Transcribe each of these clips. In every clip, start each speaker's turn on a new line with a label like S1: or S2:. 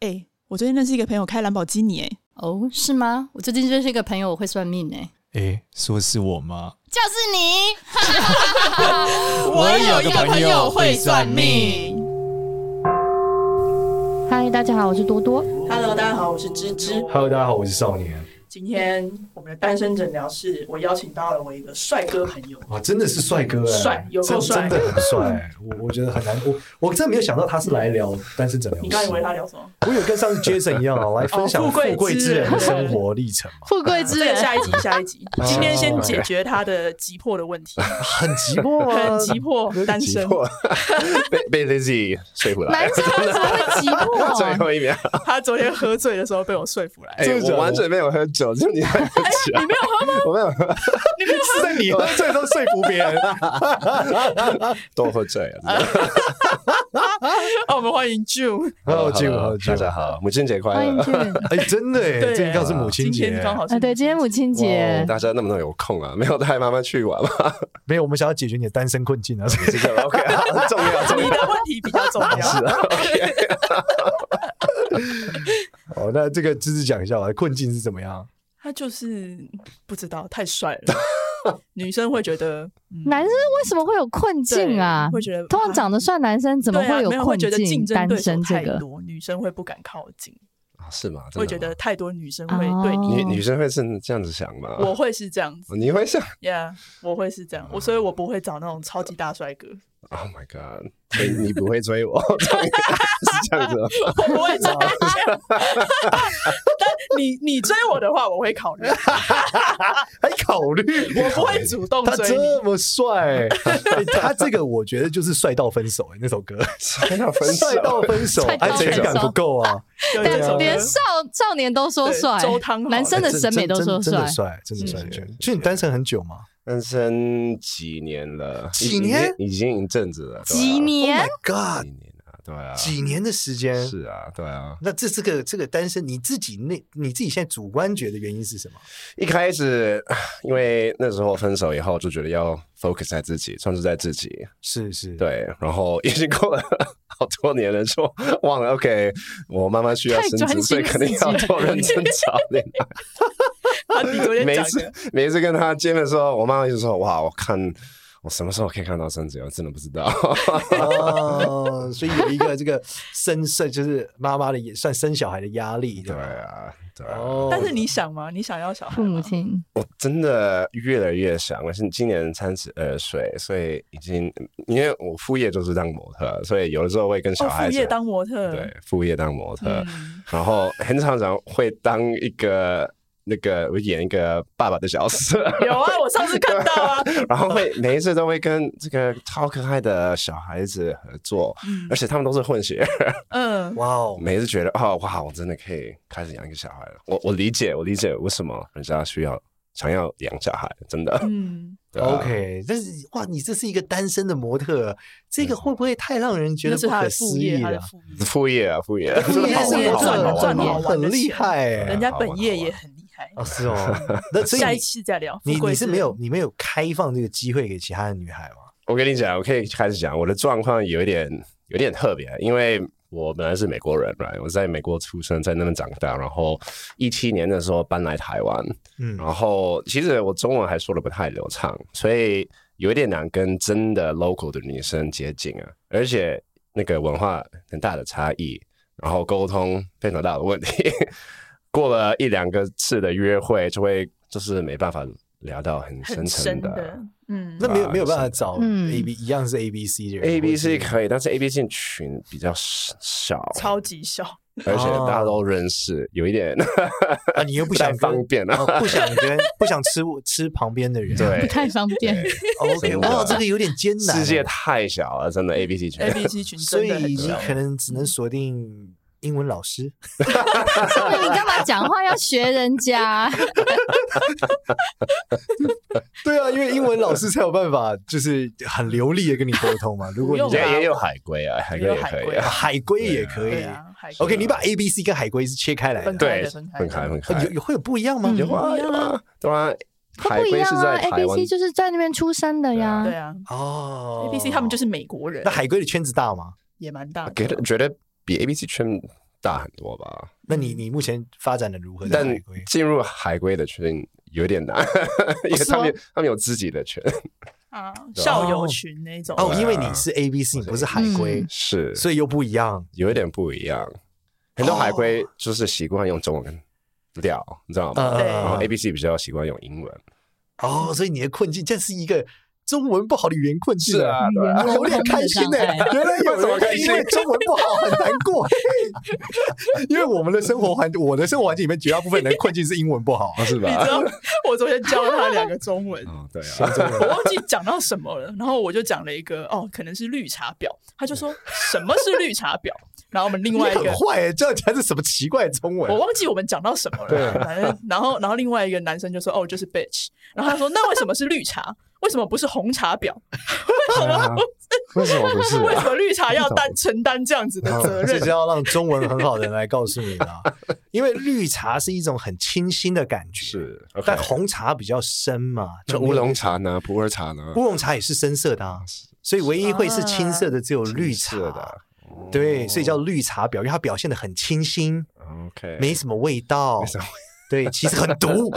S1: 哎、我最近认识一个朋友开兰博基尼、哎，
S2: 哦，是吗？我最近认识一个朋友，我会算命哎、
S3: 诶，说是我吗？
S2: 就是你。
S3: 我有一个朋友会算命。
S4: 嗨，大家好，我是多多。
S5: Hello，大家好，我是芝芝。
S6: Hello，大家好，我是少年。
S5: 今天我们的单身诊疗室，我邀请到了我一个帅哥朋友。
S6: 哇，真的是帅哥哎、
S5: 帅有够
S6: 真
S5: 帅
S6: 真的很帅。 我我觉得很难，我我真的没有想到他是来聊单身诊疗室。
S5: 你刚以为他聊什么？
S6: 我有跟上次 Jason 一样啊，来分享
S5: 哦富贵
S6: 富贵之人的
S5: 之人
S6: 生活历程嘛，
S4: 富贵之
S5: 这个
S4: 人，
S5: 啊下一集，下一集。今天先解决他的急迫的问题，
S6: 很急迫啊，
S5: 很急迫，单身。
S7: 啊被 被 Lizzy 说服了。哎
S4: 男生为什么会急迫、
S7: 最
S4: 啊？
S7: 后一秒，
S5: 他昨天喝醉的时候被我说服来。
S7: 哎、
S6: 真的假的
S7: 我完全没有喝酒，就你喝酒、你没有喝 吗？我没有喝，
S6: 是在你喝醉都说服别人。
S7: 都喝醉啊了。
S5: 好，哦我们欢迎 June。
S6: 喝酒，喝酒
S7: 大。家好，母亲节快
S4: 欢迎
S7: 乐！
S4: 俊。
S6: 哎，真的哎，
S5: 对啊
S6: 这刚好是母亲
S5: 今
S6: 节
S5: 天。刚好是
S4: 啊，对，今天母亲节，
S7: 大家那么多有空啊，没有带妈妈去玩 吗？
S6: 没有，我们想要解决你的单身困境啊。
S7: 这个 OK，啊很重要，重
S5: 你
S7: 要。
S5: 的问题比较重要。
S7: 是啊，
S6: 哦，那这个芝芝讲一下吧，困境是怎么样？
S5: 他就是不知道，太帅了。女生会觉得，嗯
S4: 男生为什么会有困境啊
S5: 对？会觉得
S4: 通常
S5: 啊
S4: 长得帅男生怎么
S5: 对啊
S4: 会有
S5: 没有
S4: 困
S5: 觉得
S4: 境？
S5: 竞争
S4: 单
S5: 对手
S4: 身这
S5: 太
S4: 个，
S5: 多，女生会不敢靠近，
S7: 是吗？真的
S5: 会觉得
S7: 吗
S5: 太多女生会对
S4: 哦
S5: 你。
S7: 女女生会是这样子想吗？
S5: 我会是这样子
S7: 你会想
S5: ，Yeah，我会是这样，我所以我不会找那种超级大帅哥，
S7: ？Oh my god！所以你不会追我，是这样 子吗？
S5: 我不会这样。但你你追我的话，我会考虑，
S6: 还考虑？
S5: 我不会主动
S6: 他
S5: 追你。
S6: 这 么帅、欸他这个我觉得就是帅到分手、欸、那首歌，
S7: 真的分手
S6: 帅？到分手，
S4: 帅到
S6: 安
S4: 分手
S6: 全感不够啊，
S5: 有
S4: 对
S5: 这
S4: 啊
S5: 种
S4: 连
S5: 歌
S4: 少少年都说
S5: 对
S4: 帅，
S5: 周汤豪
S4: 男生的
S6: 哎真
S4: 审美都说
S6: 真真
S4: 帅
S6: 的。帅，真的帅
S7: 嗯
S6: 确实。所以你单身很久吗
S7: 单身几年了？
S6: 几年
S7: 已经已经一阵子了。对啊
S4: 几年？
S6: ？Oh ？God，
S7: 几年啊？对啊，
S6: 几年的时间
S7: 是啊，对啊。
S6: 那这这个这个单身，你自己那你自己现在主观觉得原因是什么？
S7: 一开始，因为那时候分手以后，就觉得要 focus 在自己，专注在自己。
S6: 是是，，
S7: 对，然后已经过了 好多年了，就忘了。OK，我慢慢需要
S4: 太
S7: 升
S4: 专
S7: 职，
S4: 心
S7: 所以肯定
S4: 自
S7: 要
S4: 己
S7: 多认真找恋爱。
S5: 啊，你昨天
S7: 每一
S5: 讲
S7: 次
S5: 的，
S7: 每一次跟他见面的时候，我妈妈一直说：“哇，我看我什么时候可以看到孙子？我真的不知道。
S6: 哦，所以有一个这个生生就是妈妈的也算生小孩的压力，”
S7: 对
S6: 吧？
S7: 啊，对啊，
S6: 哦，
S5: 但是你想吗？你想要小孩
S4: 父母
S5: 吗？
S4: 亲，
S7: 我真的越来越想，我是今年三十二岁，所以已经因为我副业就是当模特，所以有的时候会跟小
S5: 哦，
S7: 孩
S5: 副
S7: 子、
S5: 业当模特，
S7: 对呃副业当模特，
S5: 嗯
S7: 然后很常常会当一个那个我演一个爸爸的角色，
S5: 有啊，我上次看到 啊，
S7: 然后会每一次都会跟这个超可爱的小孩子合作，
S5: 嗯
S7: 而且他们都是混血，
S5: 嗯，
S6: 哇哦，
S7: 每一次觉得哦哇，我真的可以开始养一个小孩了，我我理解我理解为什么人家需要想要养小孩，真的。
S5: 嗯，
S7: 对啊
S6: OK，但是哇，你这是一个单身的模特，这个会不会太让人觉
S5: 那
S6: 得
S5: 是
S6: 不
S5: 他
S6: 可
S5: 的副
S6: 思
S5: 业，
S6: 议
S5: 他的
S6: 了？
S5: 副业，
S7: 副业啊，副业，
S6: 这
S5: 副
S6: 个
S5: 业赚
S6: 好玩好
S5: 了
S6: 玩
S5: 赚了
S6: 好
S5: 好
S6: 玩
S5: 玩的
S6: 很厉
S5: 钱
S6: 害欸
S5: 人家
S7: 好玩
S5: 本业
S7: 好玩
S5: 也很厉害。
S6: 哦，是哦，那所以
S5: 下
S6: 你
S5: 一期再聊。
S6: 你
S5: 富贵
S6: 你是
S5: 之
S6: 没有
S5: 人
S6: 你没有开放这个机会给其他的女孩吗？
S7: 我跟你讲，我可以开始讲我的状况有一点有点特别，因为我本来是美国人来，我在美国出生，在那边长大，然后一七年的时候搬来台湾，
S6: 嗯，
S7: 然后其实我中文还说的不太流畅，所以有一点难跟真的 local 的女生接近啊，而且那个文化很大的差异，然后沟通非常大的问题。 过了一两个次的约会，就会就是没办法聊到很深
S5: 很
S7: 层
S5: 深
S7: 的。
S5: 的，嗯，
S6: 那没有
S7: 啊
S6: 没有办法
S7: 是
S6: 找
S4: 嗯
S6: A B 一样是 A B C 的人
S7: A B
S6: 或
S7: C
S6: 者是
S7: 可以，但是 A B C 群比较小，
S5: 超哦级 小，
S7: 而且大家都认识，有一点
S6: 啊，你又不
S7: 不太
S6: 想
S7: 方便
S6: 啊，
S7: 啊。
S6: 哦不想跟不想吃吃旁边的人，哦
S4: 不
S5: 啊
S7: 对
S4: 太方便。
S6: ，OK，
S7: 真的
S6: 哇，这个有点艰难， 欸
S7: 世界太小了，真的 A B C 群
S5: A B C 群
S6: 所
S5: 真
S6: 以
S5: 的很嗯
S6: 你
S5: 小。
S6: 可能只能锁定英文老师，
S4: 少年，你干嘛讲话要学人家？
S6: 对啊，因为英文老师才有办法，就是很流利的跟你沟通嘛。如果
S5: 不 用
S6: 你
S7: 也
S5: 吧
S7: 也有海龟啊，海龟也可
S5: 也有海
S7: 以
S5: 龟
S7: 啊
S5: 啊。
S6: 海龟也可以
S5: 对。啊海龟
S6: OK，你把 A、B、C 跟海龟是切开来的，
S5: 分开
S7: 对，
S5: 的
S7: 分
S5: 分开
S7: 开
S5: 的
S7: 分
S6: 啊
S7: 开
S6: 有，有会有不一样吗？
S4: 嗯
S7: 哦有啊有啊，当然海龟是在
S4: 啊，A
S7: 台
S4: B
S7: 湾
S4: C，就是在那边出生的呀。
S5: 对啊
S6: 哦
S5: ，A B C 他们就是美国人
S6: 那，海龟的圈子大吗？
S5: 也蛮大的。
S7: 给觉得比 A B C 圈大很多吧。
S6: 那你你目前发展的如何？在
S7: 但
S6: 海归
S7: 进入海归的圈有点难，因为他们他们有自己的圈，
S5: 啊，校友群那种。
S6: 哦，
S7: 对啊
S6: 因为你是 A B C，你不是海归，
S7: 是哦
S6: 所以又不一样。
S7: 有一点不一样。很多海归就是习惯用中文聊，你知道吗？
S5: 对
S7: 然后哦 A
S6: 呃，
S7: B C 比较习惯用英文。
S6: 哦，所以你的困境，这是一个中文不好的语言困境。
S7: 啊，对啊。
S6: 啊有点开心呢、原来有
S7: 为什么开
S6: 人
S7: 心
S6: 因为中文不好很难过， 因为我们的生活环，我的生活环境里面绝大部分人的困境是英文不好。
S7: 哦是
S5: 你
S7: 吧
S5: 知？道， 我昨天教了他两个中 文，
S7: 哦，啊对啊，
S5: 我
S6: 我
S5: 忘记讲到什么了，然后我就讲了一个哦，可能是绿茶婊，他就说什么是绿茶婊，然后我们另外一
S6: 很
S5: 个
S6: 坏、欸，这才是什么奇怪的中文
S5: 我？忘记我们讲到什么了，反正然后然后另外一个男生就说哦就是 bitch，然后他说那为什么是绿茶？为什么不是红茶婊？
S7: 啊为什么不是
S5: 为什
S7: 啊？
S5: 么绿茶要担承担这样子的责
S6: 这
S5: 任
S6: 就？要让中文很好的人来告诉你啦，因为绿茶是一种很清新的感觉，
S7: 是，OK
S6: 但红茶比较深嘛，
S7: 就
S6: 就
S7: 乌龙茶呢，普洱茶呢，
S6: 乌龙茶也是深色的、啊，所以唯一会是青色的只有绿茶
S7: 青色啊的。哦
S6: 对，所以叫绿茶婊，因为它表现的很清新，
S7: OK，
S6: 没什么味道，
S7: 什么
S6: 对，其实很 毒。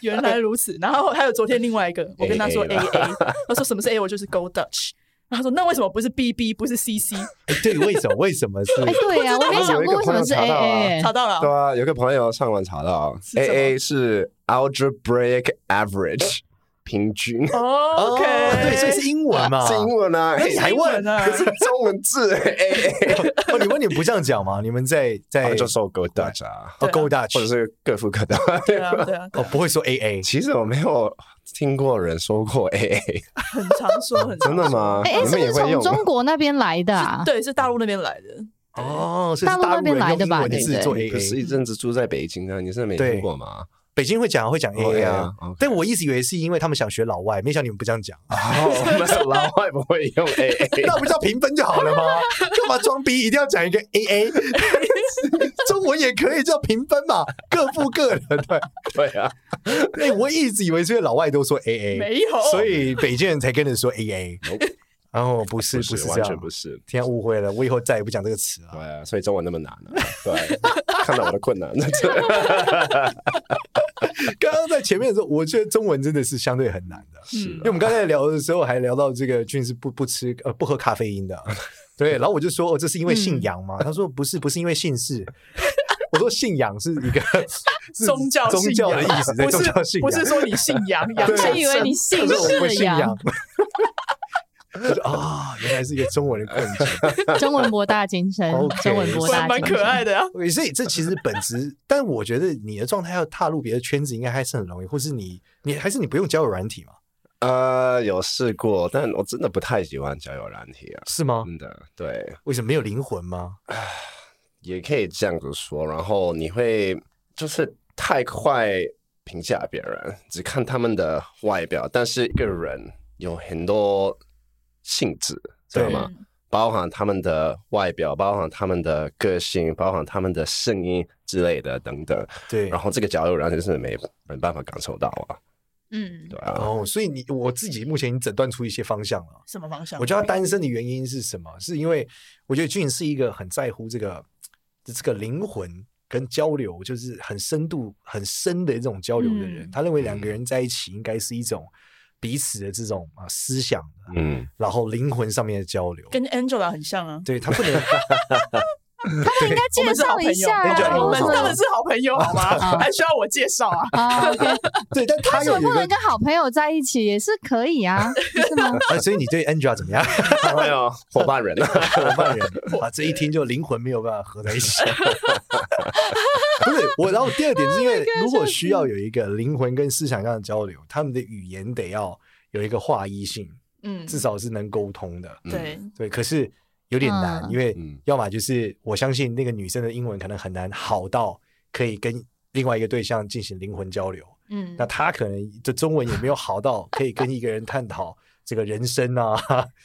S5: 原来如此。然后还有昨天另外一个，我跟他说 A
S7: AA
S5: A，他说什么是 A，我就是 Go Dutch。然后他说那为什么不是 B B 不是 C C？
S6: 哎对，为什么？为什么是？
S4: 哎，对呀，我没想过为什么是
S7: 有一
S4: A
S7: 个朋友查到啊
S5: 查
S4: A，
S5: 到
S7: 对
S5: 了，
S7: 啊，有个朋友上网查到
S5: 什么
S7: ，AA 是 algebraic average 平均，
S5: 哦 OK，
S6: 对，所以是英文嘛？
S7: 是英文啊，哎嘿
S5: 哎还问呢？
S7: 可是中文 字 AA，
S6: 哦，你们你们不这样讲吗？你们在在
S7: 哎，就受够大家，
S6: 哦
S5: 对啊
S6: Go
S7: 或者
S6: Dutch
S7: 是各付各的。
S5: 对啊对啊，
S6: 哦，不会说 AA
S7: 其实我没有听过人说过 AA，
S5: 很常
S6: 哦
S5: 说，很常 说
S7: 真的？ 吗？
S4: 哎哎，
S7: 你
S4: 是
S7: 们
S4: 不是
S7: 也会
S4: 从
S7: 用？
S4: 中国那边来的啊？
S5: 对，是大陆那边来的。
S6: 哦，所以
S4: 大
S6: 是
S4: 陆那
S6: 大陆
S4: 边
S6: 人
S4: 来
S6: 用
S4: 的
S6: 英
S4: 吧
S6: 文字做
S7: 你不是
S6: AA，
S7: 一阵子住在北京啊？你是没
S6: 对
S7: 听过吗？
S6: 北京会讲会讲 AA 啊。
S7: 哦，OK，OK
S6: 但我一直以为是因为他们想学老外，没想到你们不这样讲，
S7: 哦，那是老外不会用 AA，
S6: 那不叫平分就好了吗？ 干嘛装逼？一定要讲一个 AA？中文也可以叫平分嘛，各付各的。对，
S7: 对啊，
S6: 哎，我一直以为是因为老外都说 AA，
S5: 没有，
S6: 所以北京人才跟着说 AA。
S7: Nope
S6: 然后不是
S7: 不
S6: 不是这
S7: 完全
S6: 样
S7: 不，是。
S6: 天啊误会了，我以后再也不讲这个词了。
S7: 对啊，所以中文那么难啊，对，看到我的困难，那这
S6: 刚刚在前面的时候，我觉得中文真的是相对很难的，
S7: 是
S5: 嗯
S6: 因为我们刚才聊的时候还聊到这个俊是不不吃呃不喝咖啡因的，对，然后我就说哦这是因为
S5: 嗯
S6: 信仰嘛，他说不是不是因为姓氏，我说信仰是 一个是
S5: 宗教
S6: 宗
S5: 信
S6: 教
S5: 仰
S6: 的意思，对
S5: 不
S6: 宗
S5: 是
S6: 教信仰
S5: 不是说你 信羊，羊
S6: 对
S5: 是
S4: 以为你姓
S6: 他说我不
S4: 氏
S6: 信
S4: 呀
S6: 仰，我说啊、原来是一个中文的困境。
S4: 中文博大精深
S6: OK，
S4: 中文博
S5: 不然
S4: 大
S5: 蛮
S4: 精
S5: 可
S4: 深。
S5: 爱的啊。
S6: OK，所以这其实本质，但我觉得你的状态要踏入别的圈子，应该还是很容易，或是你你还是你不用交友软体嘛？
S7: 呃有试过，但我真的不太喜欢交友软体啊，
S6: 是吗？
S7: 真的对，
S6: 为什么没有灵魂吗？
S7: 也可以这样子说。然后你会就是太快评价别人，只看他们的外表，但是一个人有很多性质，知道
S6: 对
S7: 吗？包含他们的外表，包含他们的个性，包含他们的声音之类的等等。
S6: 对，
S7: 然后这个交友软件是没没办法感受到啊，
S4: 嗯，
S7: 对啊，
S6: 哦，所以你我自己目前已经诊断出一些方向了。
S5: 什么方向？
S6: 我觉得他单身的原因是什么？是因为我觉得俊是一个很在乎这个这个灵魂跟交流，就是很深度很深的这种交流的人。
S5: 嗯
S6: 他认为两个人在一起应该是一种彼此的这种啊思想的，
S7: 嗯，
S6: 然后灵魂上面的交流。
S5: 跟 Angela 很像啊。
S6: 对他 不能，
S4: 应该
S5: 我
S4: 介
S5: 们是好
S4: 绍
S5: 朋
S4: 一
S5: 友，
S4: 下
S6: 介
S4: 啊，
S6: 绍
S5: 我们
S4: 为什
S6: 介绍
S5: 当
S4: 么
S5: 然是好朋友，好吗？还需要我介绍 啊？
S4: 啊？
S6: 对，但他
S4: 为什么
S6: 有一
S4: 不
S6: 个
S4: 能，跟好朋友在一起也是可以 啊？是吗？
S6: 啊所以你对 Angela 怎么样？哦
S7: 哎呦， 伙伴人啊，
S6: 伙伴人 啊，这一听就灵魂没有办法合在一起。 不是我，然后第二点是因为如果需要有一个灵魂跟思想上的交流，他们的语言得要有一个划一性，
S5: 嗯，
S6: 至少是能沟通的。
S5: 对，
S6: 对，可是有点难，
S4: 嗯
S6: 因为
S7: 嗯
S6: 要么就是我相信那个女生的英文可能很难好到可以跟另外一个对象进行灵魂交流，
S5: 嗯
S6: 那，她可能的中文也没有好到可以跟一个人探讨这个人生 啊、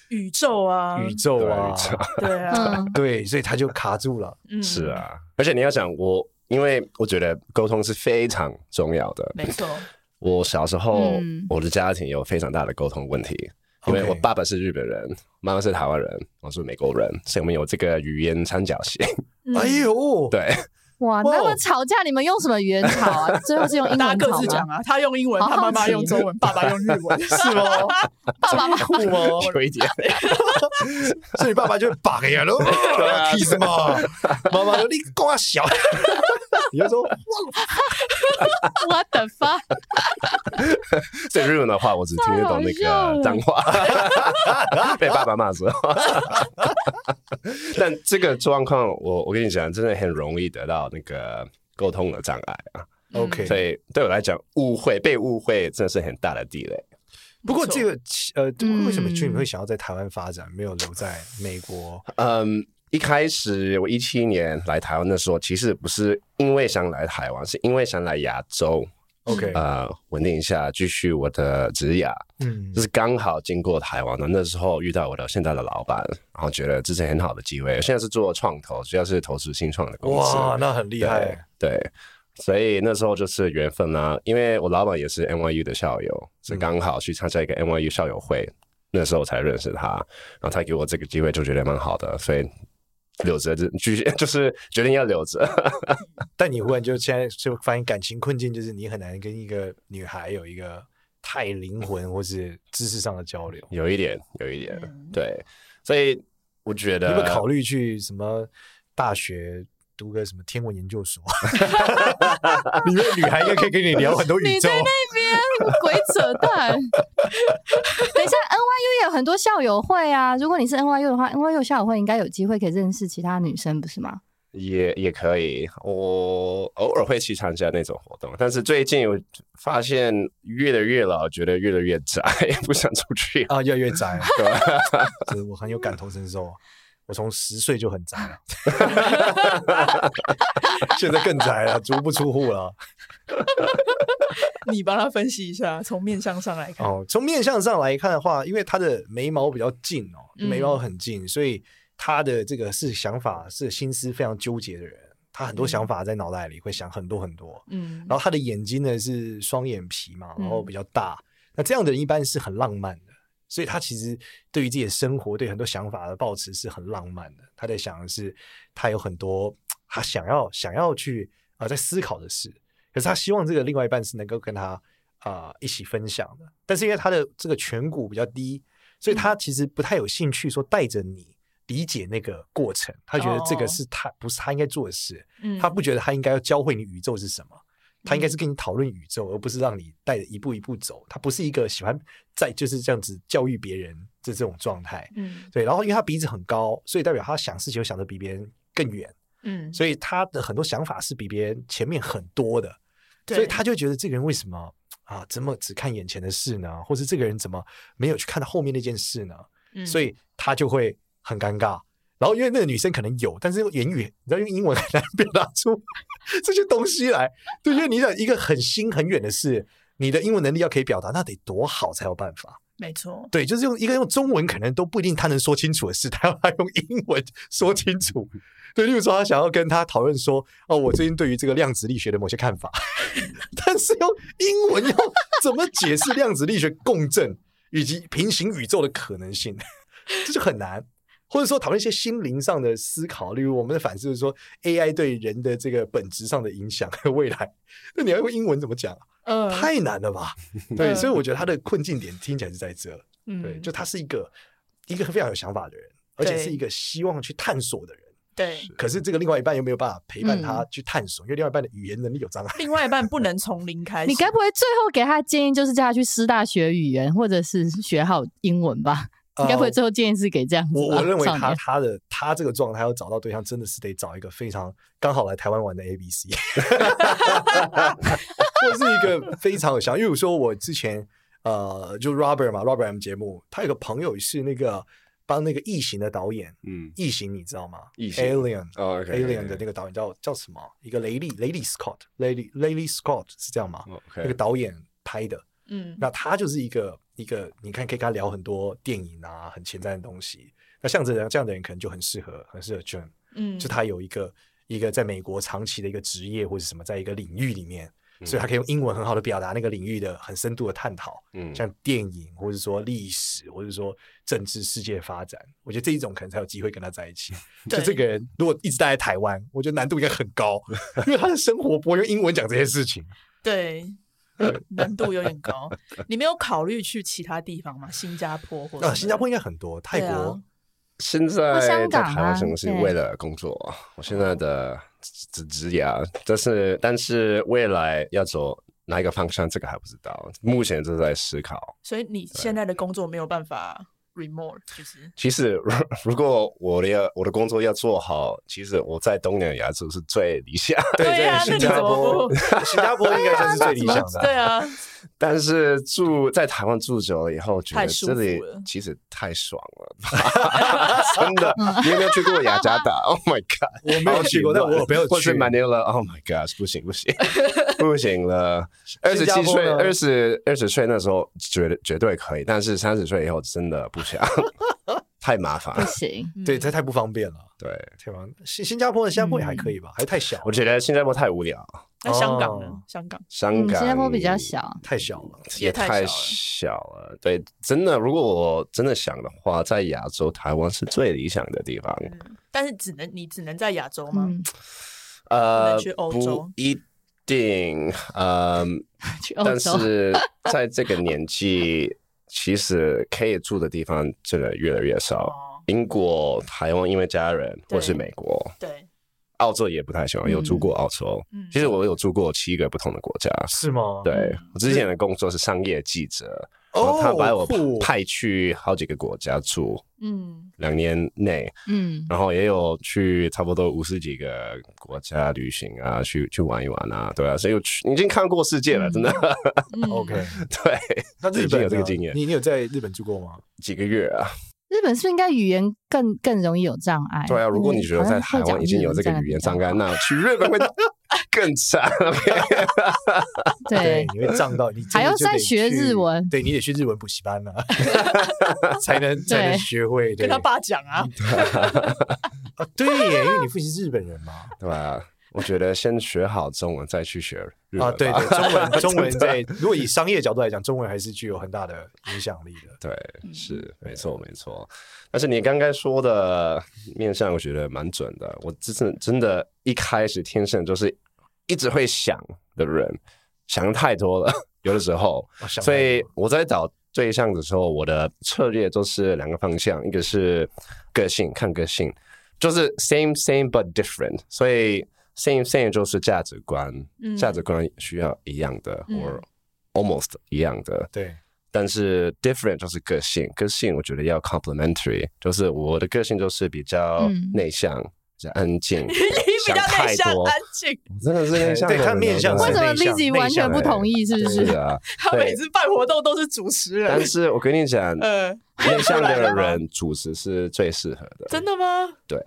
S5: 宇宙啊，
S6: 宇宙啊，
S7: 对宇宙
S5: 对啊，
S4: 嗯，
S6: 对，所以她就卡住了。
S5: 嗯，
S7: 是，啊，而且你要想我，因为我觉得沟通是非常重要的。
S5: 没错，
S7: 我小时候
S4: 嗯，
S7: 我的家庭有非常大的沟通问题，因为
S6: OK
S7: 我爸爸是日本人，妈妈是台湾人，我是美国人，所以我们有这个语言三角形。
S4: 嗯
S5: 嗯
S6: 哎呦，
S7: 对，
S4: 哇，
S6: 哇
S4: 那么吵架你们用什么语言吵 啊？最后是用英
S5: 大家
S4: 文
S5: 各
S4: 吵
S5: 自讲
S4: 吗？
S5: 啊，他用英文，
S4: 好
S5: 他妈
S4: 好
S5: 妈
S4: 奇
S5: 用中文，爸爸用日文，
S6: 是哦吗？
S4: 爸爸妈妈
S6: 酷 吗？
S7: 有 一点，
S6: 所以爸爸就会把呀 喽，
S7: 啊
S6: 屁什么？妈妈说你瓜小， 你就说
S4: ，What the fuck？
S7: 所以日文的话，我只听得懂那
S4: 太好笑
S7: 个
S4: 了
S7: 脏 话，被爸爸骂之后。 但这个状况，我我跟你讲，真的很容易得到那个沟通的障碍啊。
S6: OK。
S7: 所以对我来讲，误会被误会真的是很大的地雷。
S6: 不过这个呃，
S4: 嗯
S6: 为什么 Jim 会想要在台湾发展，没有留在美国？
S7: 嗯，一开始我一七年来台湾的时候，其实不是因为想来台湾，是因为想来亚洲，
S6: OK，
S7: 呃，稳定一下，继续我的职涯。
S6: 嗯
S7: 就是刚好经过台湾的那时候遇到我的现在的老板，然后觉得这是很好的机会。现在是做创投，主要是投资新创的公司。
S6: 哇，那很厉害。
S7: 对，对，所以那时候就是缘分啦、因为我老板也是 NYU 的校友，
S6: 嗯
S7: 是刚好去参加一个 NYU 校友会，那时候才认识他，然后他给我这个机会，就觉得蛮好的，所以留着这继续 就是决定要留着。
S6: 但你忽然就现在就发现感情困境，就是你很难跟一个女孩有一个太灵魂或是知识上的交流。
S7: 有一点，有一点，对，所以我觉
S6: 嗯你
S7: 得
S6: 有没有考虑去什么大学读个什么天文研究所？里面女孩应该可以跟你聊很多宇
S4: 你
S6: 宙
S4: 在。那边鬼扯 淡。等一下，NYU 也有很多校友会啊。如果你是 NYU 的话，NYU 校友会应该有机会可以认识其他女生，不是吗？
S7: 也也可以，我偶尔会去参加那种活动，但是最近我发现越来越老，觉得越来越宅， 不想出去了。
S6: 啊，越来越宅，
S7: 对吧？
S6: 这我很有感同身受。我从十岁就很宅了，现在更宅了，足不出户了。
S5: 你帮他分析一下，从面相上来看，
S6: 哦，从面相上来看的话，因为他的眉毛比较近哦，眉毛很近，所以他的这个是想法是心思非常纠结的人，他很多想法在脑袋里会想很多很多。
S5: 嗯，
S6: 然后他的眼睛呢是双眼皮嘛，
S5: 嗯
S6: 然后比较大。那这样的人一般是很浪漫的，所以他其实对于自己的生活、对很多想法的抱持是很浪漫的。他在想的是，他有很多他想要想要去啊、呃在思考的事，可是他希望这个另外一半是能够跟他啊、一起分享的。但是因为他的这个颧骨比较低，所以
S5: 嗯
S6: 他其实不太有兴趣说带着你理解那个过程。他觉得这个
S5: 哦
S6: 是他、不是他应该做的事。
S5: 嗯
S6: 他不觉得他应该要教会你宇宙是什么，他应该是跟你讨论宇宙，而不是让你带着一步一步走。他不是一个喜欢在就是这样子教育别人的这种状态。
S5: 嗯
S6: 对，然后因为他鼻子很高，所以代表他想事情想的比别人更远，
S5: 嗯，
S6: 所以他的很多想法是比别人前面很多的，所以
S5: 对
S6: 他就觉得这个人为什么啊，怎么只看眼前的事呢？或是这个人怎么没有去看到后面那件事呢？
S5: 嗯
S6: 所以他就会很尴尬。然后因为那个女生可能有，但是用言语，你知道用英 文很难表达出这些东西来。对，因为你想一个很新很远的事，你的英文能力要可以表达，那得多好才有办法。
S5: 没错，
S6: 对，就是用一个用中文可能都不一定他能说清楚的事， 他要他用英文说清楚。对，例如说他想要跟他讨论说，哦，我最近对于这个量子力学的某些看法， 但是用英文要怎么解释量子力学共振以及平行宇宙的可能性，这就很难。或者说讨论一些心灵上的思考，例如我们的反思是说 AI 对人的这个本质上的影响和未来，那你要用英文怎么讲啊？
S5: 嗯，
S6: 太难了吧？对，所以我觉得他的困境点听起来是在这。对，
S5: 嗯
S6: 就他是一个一个非常有想法的人，而且
S5: 对
S6: 是一个希望去探索的人。
S5: 对，
S6: 可是这个另外一半又没有办法陪伴
S4: 嗯
S6: 他去探索，因为另外一半的语言能力有障碍。
S5: 另外一半不能从零开始，
S4: 你该不会最后给他的建议就是叫他去师大学语言，或者是学好英文吧？你
S7: 呃
S4: 该不会最后建议是给这样子吧？
S6: 呃我我认为
S4: 少
S6: 他
S4: 年
S6: 他的他这个状态要找到对象，真的是得找一个非常刚好来台湾玩的 A B C，或是一个非常有想。因为我说我之前呃，就 Robert 嘛，Robert M 节目，他有个朋友是那个帮那个异形的导演，
S7: 嗯，
S6: 异形你知道吗？
S7: 异形
S6: Alien
S7: 哦
S6: Alien 的那个导演叫叫什么？啊一个雷利雷利 Scott 雷利雷利 Scott 是这样吗？
S7: OK，
S6: 那个导演拍的。
S5: 嗯
S6: 那他就是一个一个，你看可以跟他聊很多电影啊，很前瞻的东西。那像这样这样的人可能就很适合，很适合 John，
S5: 嗯，
S6: 就他有一个一个在美国长期的一个职业或者什么，在一个领域里面，所以他可以用英文很好的表达那个领域的很深度的探讨，
S7: 嗯，
S6: 像电影或者说历史，或者说政治世界发展，我觉得这一种可能才有机会跟他在一起。就
S5: 对
S6: 这个人如果一直待在台湾，我觉得难度应该很 高，因为他的生活不会用英文讲这些事情。
S5: 对， 难度有点高。你没有考虑去其他地方吗？新加坡或者、
S6: 啊，新加坡应该很多，泰
S5: 对啊
S6: 国
S7: 现在在
S4: 香港啊
S7: 台湾真的是
S4: 对
S7: 为了工作，我现在的职职涯，但是但是未来要走哪一个方向，这个还不知道，目前正在思考。
S5: 所以你现在的工作没有办法 remote，就是
S7: 其实如 如果我的要我的工作要做好，其实我在东南亚就是最理想，
S5: 对啊
S6: 在
S5: 那
S6: 新
S5: 你
S6: 加
S5: 怎么
S6: 坡，新加坡应该算是最理想的。
S5: 对啊，
S7: 但是住在台湾住久了以后，觉得
S5: 太舒
S7: 这
S5: 服
S7: 里
S5: 了
S7: 其实太爽了， 真的。你有没有去过雅加达？Oh my god！
S6: 我没有去过，但我有朋友
S7: 或
S6: 去
S7: 是。马尼拉，Oh my god，不行不行不行了！二十
S6: 新加
S7: 七
S6: 坡
S7: 岁，
S6: 呢
S7: 二十二十岁那时候绝对绝对可以，但是三十岁以后真的不想，太麻
S4: 不
S7: 烦。
S4: 行，
S6: 对，它太不方便了。
S7: 对，
S6: 对吧？新新加坡的新加坡也还可以吧，还是太小了，
S7: 我觉得新加坡太无聊，
S5: 那香港呢
S6: 哦？
S5: 香港
S7: 香
S4: 嗯，
S7: 港
S4: 新加坡比较小，
S6: 太小了。
S7: 也太小了。对，真的，如果我真的想的话，在亚洲台湾是最理想的地方。
S5: 但是只能你只能在亚洲吗？
S4: 嗯，
S7: 呃
S5: 能去，欧
S7: 不
S5: 洲
S7: 一定，呃，
S4: 去欧
S7: 但
S4: 洲
S7: 是在这个年纪，其实可以住的地方真的越来越少。
S5: 哦，
S7: 英国、台湾因为家人，
S5: 对
S7: 或是美国、
S5: 对，
S7: 澳洲也不太喜欢，有住过澳洲。
S5: 嗯
S7: 其实我有住过七个不同的国家。
S6: 是吗？
S7: 对我之前的工作是商业记者，然
S6: 哦
S7: 后他把我
S6: 酷
S7: 派去好几个国家住，
S5: 嗯，
S7: 两年内，
S4: 嗯，
S7: 然后也有去差不多五十几个国家旅行啊，去去玩一玩啊，对啊，所以我去已经看过世界了，真的，
S5: 嗯
S6: 啊，OK。
S7: 对，
S6: 那日
S7: 已经
S6: 本
S7: 有这个
S6: 呢
S7: 经验
S6: 你你有在日本住过吗？
S7: 几个月啊，
S4: 日本是不是应该语言更更容易有障碍？
S7: 对啊，如果你觉得在台湾已经有这个语言障碍，那去日本会更惨。
S4: 对，
S6: 你会胀到 你真的
S4: 还要
S6: 就得
S4: 再学
S6: 去
S4: 日文
S6: 对你得去日文补习 班呢，啊才能才能
S4: 对
S6: 学会。对
S5: 跟他爸讲啊，
S6: 啊对耶，因为你父亲是日本人嘛。
S7: 对啊，我觉得先学好中文再去学日文吧
S6: 啊，对对，中 文中文在如果以商业角度来讲，中文还是具有很大的影响力的。
S7: 对，
S4: 嗯
S7: 是没错没错。但是你刚刚说的面向，我觉得蛮准的。我真是真的，一开始天生就是一直会想的人，想太多了， 有的时候。
S6: 我想
S7: 哦所
S6: 太
S7: 以
S6: 多
S7: 我在找对象的时候，我的策略都是两个方向，一个是个性，看个性，就是 same same but different。所以 same same 就是价值观，
S5: 嗯
S7: 价值观需要一样的，
S5: 嗯
S7: 或 almost 一样的。
S6: 对，
S7: 但是 different 就是个性，个性我觉得要 complementary，就是我的个性就是比较
S4: 嗯
S7: 内向、比较安静，
S5: 你比较
S7: 想太
S5: 内向
S7: 多
S5: 安静，
S7: 我真的是内向的
S6: 对
S7: 人啊，
S6: 他面向
S4: 为什么
S6: 内向
S4: Lizzy 完全不同意？是不
S7: 是
S4: 是？
S7: 啊，
S5: 他
S7: 对
S5: 每次办活动都是主持人
S7: 但，是我跟 你讲，
S5: 呃，
S7: 内向的人主持是最适合的。
S5: 真的吗？
S7: 对，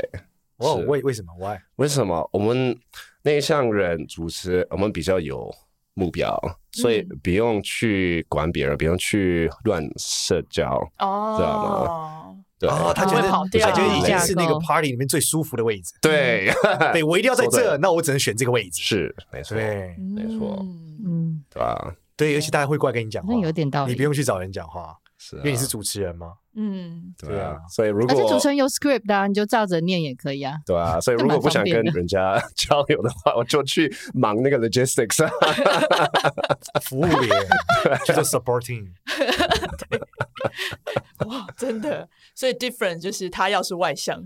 S6: 哦，
S7: 呃是
S6: 为为什么 why？
S7: 为什么我们内向人主持，我们比较有目标，所以不用去管别人，不用去乱社交，知道
S5: 哦
S7: 吗，啊对。
S6: 哦，他觉
S5: 不
S6: 得
S5: 会跑
S6: 他
S5: 掉
S6: 觉得已经
S4: 架
S6: 是那个
S4: 构
S6: party 里面最舒服的位置。
S7: 对，
S6: 对，我一定要在
S7: 说得
S6: 这，那我只能选这个位置。
S7: 是没错，对
S6: 对
S7: 没错
S5: 嗯
S4: 嗯，
S7: 吧？
S6: 对，而且大家会过来跟你讲
S4: 好
S6: 话，
S4: 像有点道
S6: 你
S4: 理
S6: 不。用去找人讲话，
S7: 是啊，
S6: 因为你是主持人嘛。
S5: 嗯，
S7: 对
S6: 对
S7: 啊
S6: 啊，
S7: 所以如
S4: 而且主
S7: 果
S4: 持人有 script 的啊，你就照着念也可以啊。
S7: 对啊，所以
S4: 这
S7: 如果
S4: 蛮
S7: 不想
S4: 方便
S7: 跟
S4: 的
S7: 人家交流的话，我就去忙那个 logistics 啊。
S6: 啊服务员叫做 supporting，
S5: 哇，真的，所以 different 就是他要是外向，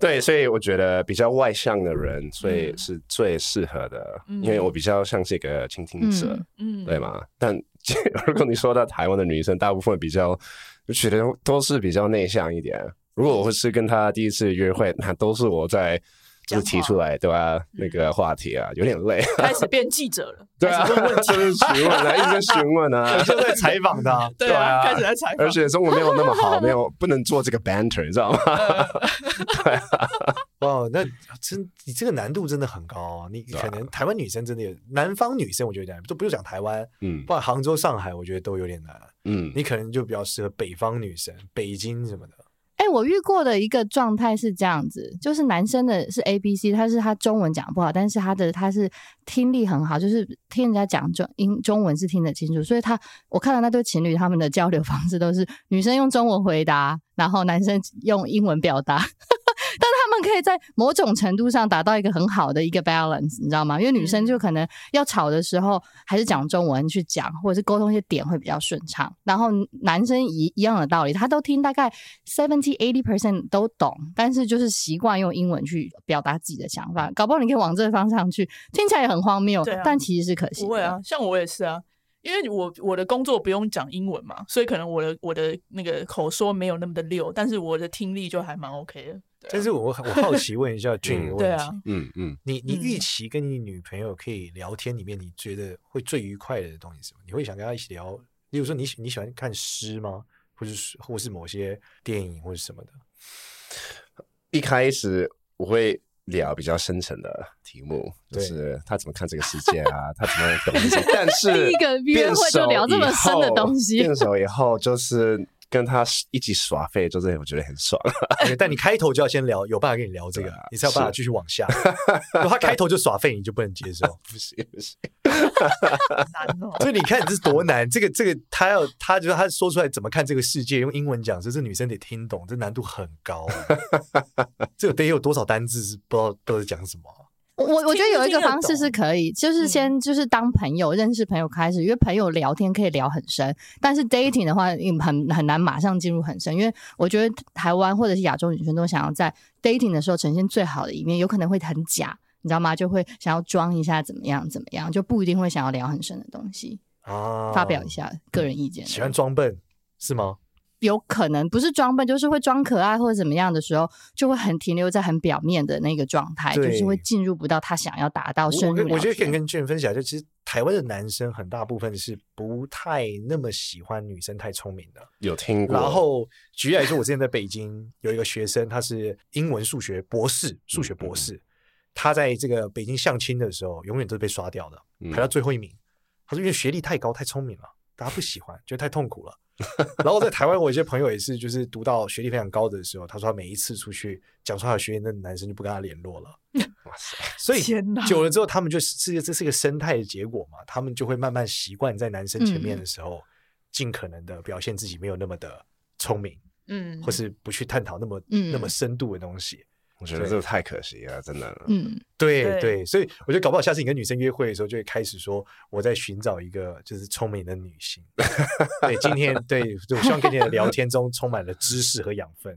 S7: 对，所以我觉得比较外向的人，所以是最适合的，
S5: 嗯
S7: 因为我比较像是一个倾听者，
S5: 嗯，
S7: 对？吗？但 如果你说到台湾的女生，大部分比较，我觉得都是比较内向一点。如果我是跟她第一次约会，那都是我在就是提
S5: 讲话
S7: 出来，对吧、那个话题啊，有点累。
S5: 开始变记者了，
S7: 对啊，就是询问啊，一直在询问 啊，
S6: 就在采访他。
S5: 对啊，开始在采访
S7: 而，且中文没有那么好，没有不能做这个 banter，你知道吗？
S6: 哇，那真你这个难度真的很高啊！你可能台湾女生真的有，南方女生我觉得有点难，都不用讲台湾，
S7: 嗯
S6: 不然杭州、上海我觉得都有点难。
S7: 嗯，
S6: 你可能就比较适合北方女生，北京什么的。
S4: 哎，我遇过的一个状态是这样子，就是男生的是 A B C，他是他中文讲不好，但是他的他是听力很好，就是听人家讲中英中文是听得清楚，所以他我看到那对情侣他们的交流方式都是女生用中文回答，然后男生用英文表达。 但是他们可以在某种程度上达到一个很好的一个 balance，你知道吗？因为女生就可能要吵的时候还是讲中文去讲，或者是沟通一些点会比较顺畅。然后男生一一样的道理，他都听大概 seventy eighty percent 都懂，但是就是习惯用英文去表达自己的想法。搞不好你可以往这个方向去，听起来也很荒谬，
S5: 对啊
S4: 但其实是可惜的。
S5: 不会啊，像我也是啊，因为我我的工作不用讲英文嘛，所以可能我的我的那个口说没有那么的溜，但是我的听力就还蛮 OK 的。对啊
S6: 但是我我好奇问一下俊一个
S5: 对
S6: 问
S5: 啊
S6: 题，，
S7: 嗯嗯，
S6: 你你
S5: 嗯
S6: 预期跟你女朋友可以聊天里面，你觉得会最愉快的东西是什么？你会想跟她一起聊，例如说你喜你喜欢看诗吗？或者是或是某些电影或者什么的？
S7: 一开始我会聊比较深层的题目，就
S6: 对
S7: 是他怎么看这个世界啊，他怎么懂这些。但 是
S4: 第一个约会就聊这么深的东西
S7: 变手以后变熟以后就是跟他一起耍废，就是我觉得很爽。
S6: OK，但你开头就要先聊，有办法跟你聊这个
S7: 对啊，
S6: 你才有办法
S7: 是
S6: 继续往下。如果他开头就耍废，你就不能接受。
S7: 不行不行，
S5: 难 哦。
S6: 所以你看这是多难，这个这个他要他就是他说出来怎么看这个世界，用英文讲，这这女生得听懂，这难度很高、啊这得有多少单字是不知道不知道讲什么啊、
S4: 我我我觉得有一
S5: 听
S4: 个
S5: 得
S4: 方式
S5: 懂
S4: 是可以，
S6: 嗯
S4: 就是先就是当朋友、认识朋友开始，因为朋友聊天可以聊很深，但是 dating 的话，嗯很很难马上进入很深，因为我觉得台湾或者是亚洲女生都想要在 dating 的时候呈现最好的一面，有可能会很假，你知道吗？就会想要装一下怎么样怎么样，就不一定会想要聊很深的东西。
S6: 啊
S4: 发表一，下个人意见，
S6: 喜欢装笨是吗？
S4: 有可能不是装笨，就是会装可爱或者怎么样的时候，就会很停留在很表面的那个状态，
S6: 对
S4: 就是会进入不到他想要达到
S6: 我
S4: 深
S6: 我
S4: 入
S6: 跟我觉得
S4: 了
S6: 可以
S4: 解。
S6: 跟俊分享，就其实台湾的男生很大部分是不太那么喜欢女生太聪明的。
S7: 有听过。
S6: 然后举例来说，我之前在北京有一个学生，他是英文数学博士，数学博士，他在这个北京相亲的时候，永远都是被刷掉的，
S7: 嗯
S6: 排到最后一名。他说因为学历太高，太聪明了，大家不喜欢，觉得太痛苦了。 然后在台湾，我有些朋友也是，就是读到学历非常高的时候，他说他每一次出去讲出他的学历，那男生就不跟他联络了。
S7: 哇塞，
S6: 所以
S5: 天哪
S6: 久了之后，他们就是这这是一个生态的结果嘛，他们就会慢慢习惯在男生前面
S7: 嗯
S6: 的时候，尽可能的表现自己没有那么的聪明，
S5: 嗯
S6: 或，是不去探讨那么、
S4: 嗯
S6: 那么深度的东西。
S7: 我觉得这个太可惜了，真的。
S4: 嗯，
S6: 对
S5: 对
S6: 对，所以我觉得搞不好下次你跟女生约会的时候，就会开始说我在寻找一个就是聪明的女 性。对，今天对，就我希望跟你的聊天中充满了知识和养 分。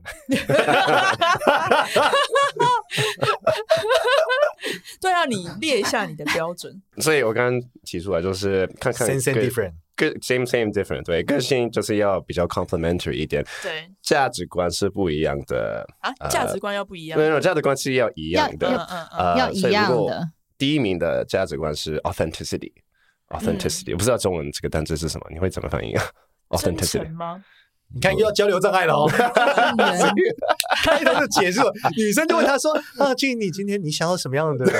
S5: 对啊，你列一下你的标 准。
S7: 所以我刚刚提出来就是看看
S6: Same, same,
S7: 个
S6: different
S7: 个 same same different 对，个性就是要比较 complementary 一点，
S5: 对
S7: 价值观是不一样的，
S5: 啊，价值观要不一样
S7: 呃没。有价值观是要一样的
S5: 嗯，嗯嗯，
S7: 呃
S4: 要一
S7: 所以如
S4: 样
S7: 果
S4: 的
S7: 第一名的价值观是 authenticity。authenticity，、我不
S4: 嗯
S7: 知道中文这个单字是什么，你会怎么反应啊
S5: 真诚
S7: ？authenticity，
S5: 吗？
S6: 你看又要交流障碍了哦。
S7: 嗯
S6: 开头就结束了，女生就问他说：“啊，俊，你今天你想要什么样的？”我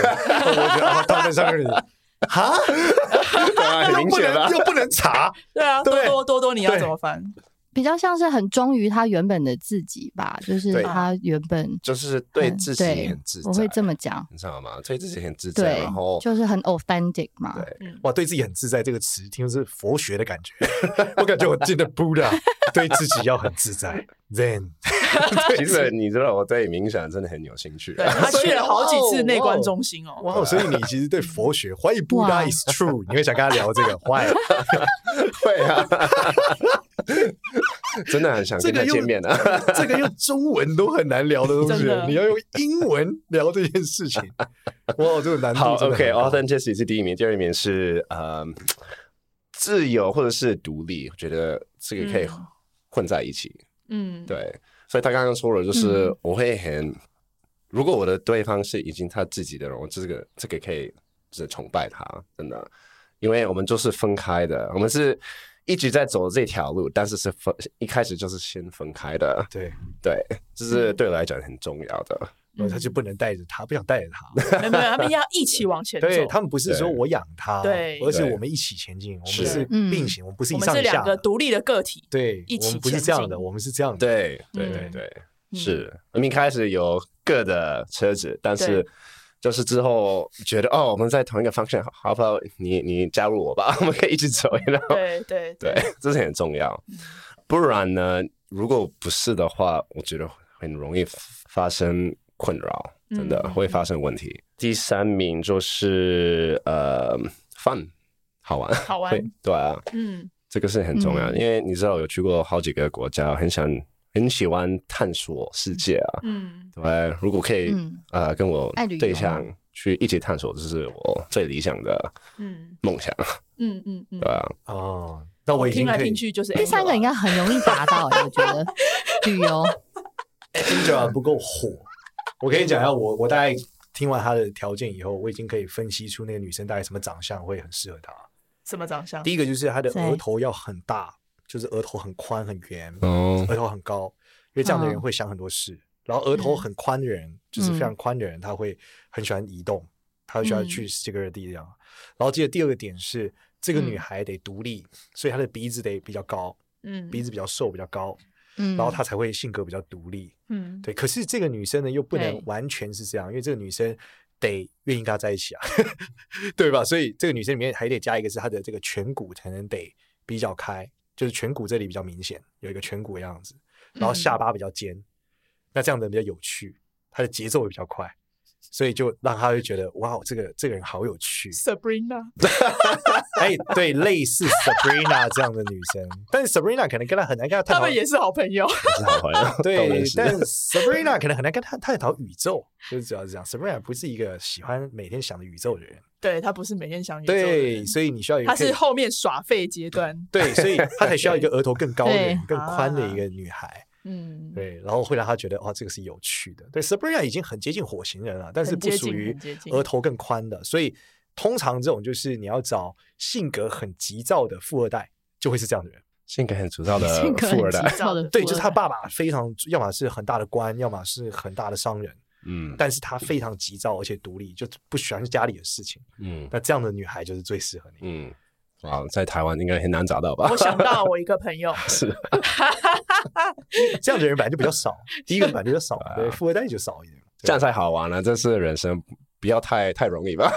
S6: 觉得啊，他们上个人哈，
S7: 当然啊很
S6: 又
S7: 明
S6: 不
S7: 显了
S6: 能。又不能查，
S5: 对啊，
S6: 对
S5: 多多多多，你要
S6: 对
S5: 怎么翻？
S4: 比较像是很忠于他原本的自己吧，就是
S7: 对
S4: 他原本
S7: 就是对自己
S4: 哎对
S7: 很自在，
S4: 我会这么讲，
S7: 你知道吗？对自己很自在，
S4: 对
S7: 然后，
S4: 就是很 authentic 嘛，
S7: 对
S6: 哇，对自己很自在这个词，听说是佛学的感觉。 我感觉我进了 Buddha，对自己要很自在。Then，
S7: 其实你知道我对冥想真的很有兴趣、啊
S5: 对 他去了好几次内观中
S6: 心。
S5: 心哦。
S6: 哇，所以你其实对佛学 怀疑 Buddha is true，你会想跟他聊这个怀疑。
S7: 会啊，真的很想
S6: 这
S7: 跟他
S6: 个用
S7: 见面的、啊。
S6: 这个用中文都很难聊的东西
S5: 真，的
S6: 你要用英文聊这件事 情，哇，这个难度
S7: 好
S6: 真的很高
S7: ，OK，authenticity、是第一名，第二名是呃自由或者是独立，我觉得这个可以
S5: 嗯
S7: 混在一起。
S5: 嗯，
S7: 对，所以他刚刚说了，就是我会很，如果我的对方是已经他自己的人，我这个这个可以就是崇拜他，真的，因为我们就是分开的，我们是一直在走这条路，但是是分一开始就是先分开的，
S6: 对，
S7: 对，这是
S5: 嗯
S7: 对我来讲很重要的。
S6: 然后哦他就不能带着他，不想带着他。
S5: 没有没有， 他们要一起往前走。
S6: 对他们不是说
S7: 对
S6: 我养他，
S5: 对
S6: 而是
S7: 对
S6: 我们一起前进，我们
S7: 是
S6: 是
S4: 嗯
S6: 并行，我们不是
S5: 我
S6: 一
S5: 们
S6: 上
S5: 是
S6: 一
S5: 两
S6: 下
S5: 个
S6: 的。
S5: 独立的个体。
S6: 对，
S5: 一起
S6: 我们不是
S5: 前
S6: 这样
S5: 进
S6: 的，我们是这样的。
S7: 对对对
S5: 嗯
S7: 对，是，明明开始有各的车子，但是就是之后觉得哦，我们在同一个 function，好好不好？你你加入我吧， 我们可以一起走，然后
S5: 对对
S7: 对，这是很重要。
S4: 嗯
S7: 不然呢，如果不是的话，我觉得很容易发生困扰，真的
S5: 嗯
S7: 会发生问题。第三名就是呃，fun，好玩，
S5: 好玩
S7: 会， 对啊，
S5: 嗯
S7: 这个是很重要，
S4: 嗯
S7: 因为你知道有去过好几个国家，很想很喜欢探索世界啊，
S5: 嗯，
S7: 对，如果可以，
S4: 嗯
S7: 呃，跟我
S4: 爱旅游啊
S7: 对
S4: 嘛
S7: 象去一起探索，这是我最理想的
S5: 嗯
S7: 梦想，
S5: 嗯嗯嗯
S7: 对，吧、
S6: 哦，那我已经
S5: 听来
S6: 可以
S5: 听去就是哎
S4: 第三个应
S5: Angela
S4: 该很容易达 到、欸，我觉得旅游
S6: 听起来不够火。我跟你讲一下，我我大概听完她的条件以后，我已经可以分析出那个女生大概什么长相会很适合她。
S5: 什么长相？
S6: 第一个就是她的
S4: 谁
S6: 额头要很大，就是额头很宽很圆，
S7: 哦，
S6: 额头很高，因为这样的人
S4: 嗯
S6: 会想很多事。然后额头很宽的人，就是非常宽的人，他会很喜欢移动，他会喜欢去这个地方。然后记得第二个点是，这个女孩得独立，所以她的鼻子得比较高，
S5: 嗯
S6: 鼻子比较瘦比较高，
S4: 嗯，
S6: 然后她才会性格比较独立。
S5: 嗯，
S6: 对，可是这个女生呢，又不能
S4: 对
S6: 完全是这样，因为这个女生得愿意跟他在一起啊， 对吧？所以这个女生里面还得加一个是她的这个颧骨才能得比较开，就是颧骨这里比较明显，有一个颧骨的样子，然后下巴比较尖，那这样的人比较有趣，她的节奏也比较快，所以就让她就觉得哇，哦这个这个人好有趣，
S5: Sabrina，
S6: 哎，对，类似 Sabrina 这样的女生，但是 Sabrina 可能跟她很难跟她
S5: 他
S6: 探讨
S5: 们也是好朋友。
S7: 是好朋 友，
S6: 对
S7: 动人，心
S6: 但 Sabrina 可能很难跟他探讨宇宙，就是主要是这样。Sabrina 不是一个喜欢每天想着宇宙的人，
S5: 对他不是每天想宇宙的人
S6: 对，，所以你需要有
S5: 他
S6: 可以
S5: 是后面耍废阶段。
S6: 对，所 以他才需要一个额头更高的人、
S5: 对啊
S6: 更宽的一个女孩，
S5: 嗯，
S6: 对，然后会让他觉得哦哇，这个是有趣的。对，Sabrina 已经很接近火星人了，但是
S5: 很
S6: 不
S5: 接
S6: 属
S5: 近
S6: 于
S5: 很接近
S6: 额头更宽的，所以通常这种就是你要找性格很急躁的富二代，就会是这样的人。
S7: 性格很浮躁的
S4: 性格很
S7: 富二代，
S4: 急躁的
S6: 对，
S4: 富
S6: 就
S4: 二
S6: 是他
S4: 代
S6: 爸爸非常，要么是很大的官，要么是很大的商人。
S7: 嗯
S6: 但是她非常急躁，而且独立，就不喜欢家里的事情。
S7: 嗯
S6: 那这样的女孩就是最适合你。
S7: 嗯，哇，在台湾应该很难找到吧
S5: 我？想到我一个朋友，
S7: 是，
S6: 这样的人本来就比较少， 第一个本来就比较少，对，富二代就少一点。
S7: 啊这样才好玩啊了、这是人生，不要太太容易吧？